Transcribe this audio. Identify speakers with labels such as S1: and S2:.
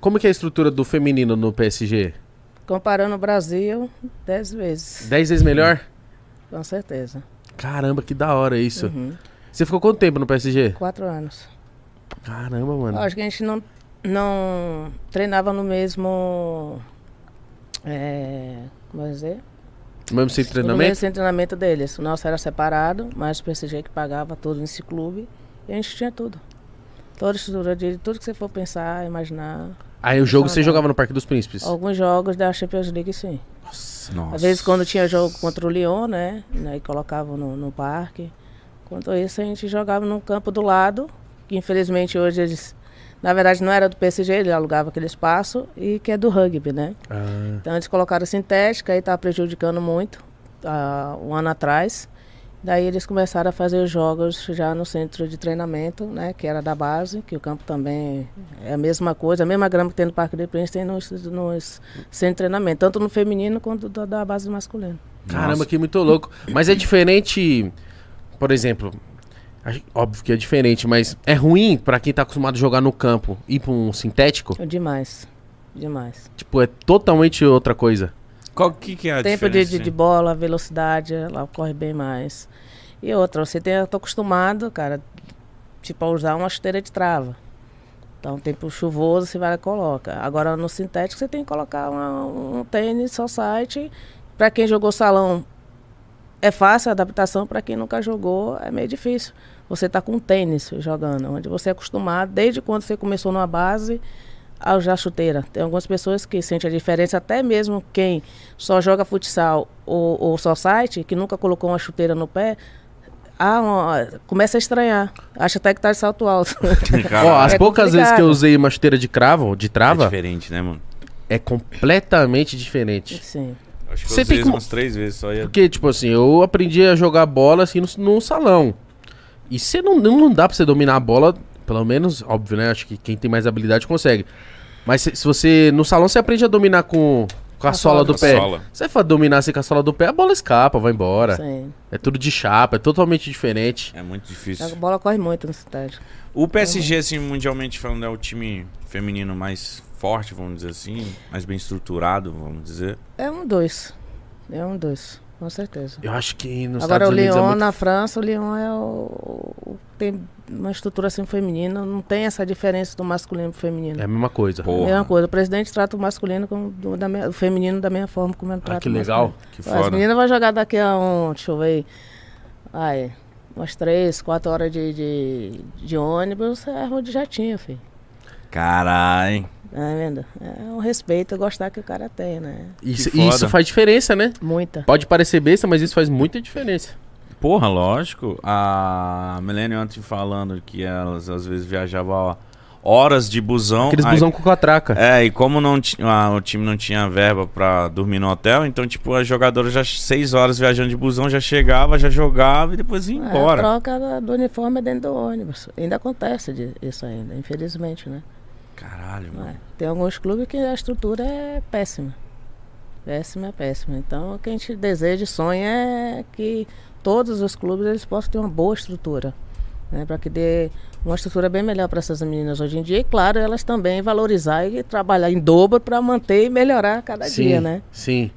S1: Como que é a estrutura do feminino no PSG?
S2: Comparando o Brasil, dez vezes,
S1: Dez vezes melhor?
S2: com certeza.
S1: Caramba, que da hora isso.
S2: Uhum.
S1: Você ficou quanto tempo no PSG?
S2: Quatro anos.
S1: Caramba, mano.
S2: Acho que a gente não, não treinava no mesmo. É, como eu vou dizer?
S1: Mesmo sem
S2: No mesmo
S1: treinamento?
S2: centro Tipo de treinamento deles. O nosso era separado, mas o PSG que pagava tudo nesse clube. E a gente tinha tudo. Toda estrutura de tudo que você for pensar, imaginar.
S1: Aí o jogo você
S2: Não.
S1: jogava no Parque dos Príncipes.
S2: Alguns jogos da Champions League, sim.
S3: Nossa.
S2: Às vezes quando tinha jogo contra o Lyon, né? né, E colocavam no, no parque. Quanto a isso, a gente jogava num campo do lado, que infelizmente hoje eles. Na verdade não era do PSG, ele alugava aquele espaço, e que é do rugby, né?
S1: Ah,
S2: Então eles colocaram sintética e estava prejudicando muito há um ano atrás. Daí eles começaram a fazer os jogos já no centro de treinamento, né? Que era da base, que o campo também é a mesma coisa, a mesma grama que tem no Parque de Príncipe tem nos, nos centros de treinamento, tanto no feminino quanto da, da base masculina.
S1: caramba, que muito louco. Mas é diferente, por exemplo, a gen- óbvio que é diferente, mas é ruim pra quem tá acostumado a jogar no campo ir pra um sintético?
S2: Demais. Demais.
S1: Tipo, é totalmente outra coisa.
S3: Qual que, que é a
S2: Tempo de,
S3: diferença?
S2: de, de bola, velocidade, ela corre bem mais. E outra, você tem, eu tô acostumado, cara, tipo, a usar uma chuteira de trava. Então, tempo chuvoso, você vai lá e coloca. Agora, no sintético, você tem que colocar uma- um tênis, society. Para quem jogou salão, é fácil a adaptação. Para quem nunca jogou, é meio difícil. Você tá com tênis jogando, onde você é acostumado, desde quando você começou numa base, a usar chuteira. Tem algumas pessoas que sentem a diferença, até mesmo quem só joga futsal ou, ou society, que nunca colocou uma chuteira no pé, ah, uma- começa a estranhar. Acha até que tá de salto alto.
S3: Caralho.
S1: Ó, as
S2: É
S1: poucas vezes
S2: complicado.
S1: que eu usei uma chuteira de cravo, de
S3: assim? É
S1: trava,
S3: diferente, né, mano?
S1: é, completamente diferente.
S2: Sim.
S3: Acho que
S1: Você
S3: eu usei
S1: tem como-
S3: umas três vezes só. é, Ia...
S1: Porque, tipo assim, eu aprendi a jogar bola assim num, num salão. E você não, não não dá pra você dominar a bola, pelo menos, óbvio, né? Acho que quem tem mais habilidade consegue. Mas se, se você. No salão você aprende a dominar com, com a, sola do
S3: do
S1: pé.
S3: pé. Sola.
S1: Se você for dominar assim com a sola do pé, a bola escapa, vai embora.
S2: Sim.
S1: É tudo de chapa, é totalmente diferente.
S3: É muito
S2: A
S3: difícil.
S2: bola corre muito no sintético.
S3: O PSG, assim, mundialmente falando, é o time feminino mais forte, vamos dizer assim. Mais bem estruturado, vamos dizer.
S2: É um dois. É um dois, com certeza.
S1: Eu acho que nos
S2: Agora o
S1: Estados Unidos
S2: Lyon
S1: é muito...
S2: na França, o Lyon é o, o- tem uma estrutura assim feminina, não tem essa diferença do masculino pro feminino.
S1: É a mesma coisa.
S3: Pô.
S2: É a
S3: porra.
S2: mesma coisa, o presidente trata o masculino como do- da me- o feminino da mesma forma como ele trata
S1: Ah, que
S2: o
S1: legal.
S2: masculino.
S3: Que
S2: Ó, As
S3: foda.
S2: meninas vão jogar daqui a um, deixa eu ver, aí, umas três, quatro horas de, de, de ônibus, é rua de jatinho, filho.
S3: Caralho.
S2: Tá vendo? É um respeito e gostar que o cara tem, né?
S1: Isso,
S3: Que
S1: e isso
S3: foda.
S1: faz diferença, né?
S2: Muita.
S1: Pode parecer besta, mas isso faz muita diferença.
S3: Porra, lógico. A Milene ontem falando que elas às vezes viajavam horas de busão.
S1: Aqueles
S3: aí-
S1: busão com catraca.
S3: É, e como não ti- ah, o time não tinha verba pra dormir no hotel, então, tipo, as jogadoras já seis horas viajando de busão, já chegava, já jogava e depois ia
S2: É,
S3: embora.
S2: A troca da- do uniforme é dentro do ônibus. Ainda acontece de- isso ainda, infelizmente, né?
S3: Caralho,
S2: É.
S3: mano.
S2: Tem alguns clubes que a estrutura é péssima. Péssima, péssima. Então, o que a gente deseja e sonha é que todos os clubes eles possam ter uma boa estrutura. Né, para que dê uma estrutura bem melhor para essas meninas hoje em dia. E, claro, elas também valorizar e trabalhar em dobro para manter e melhorar cada dia, né?
S1: Sim.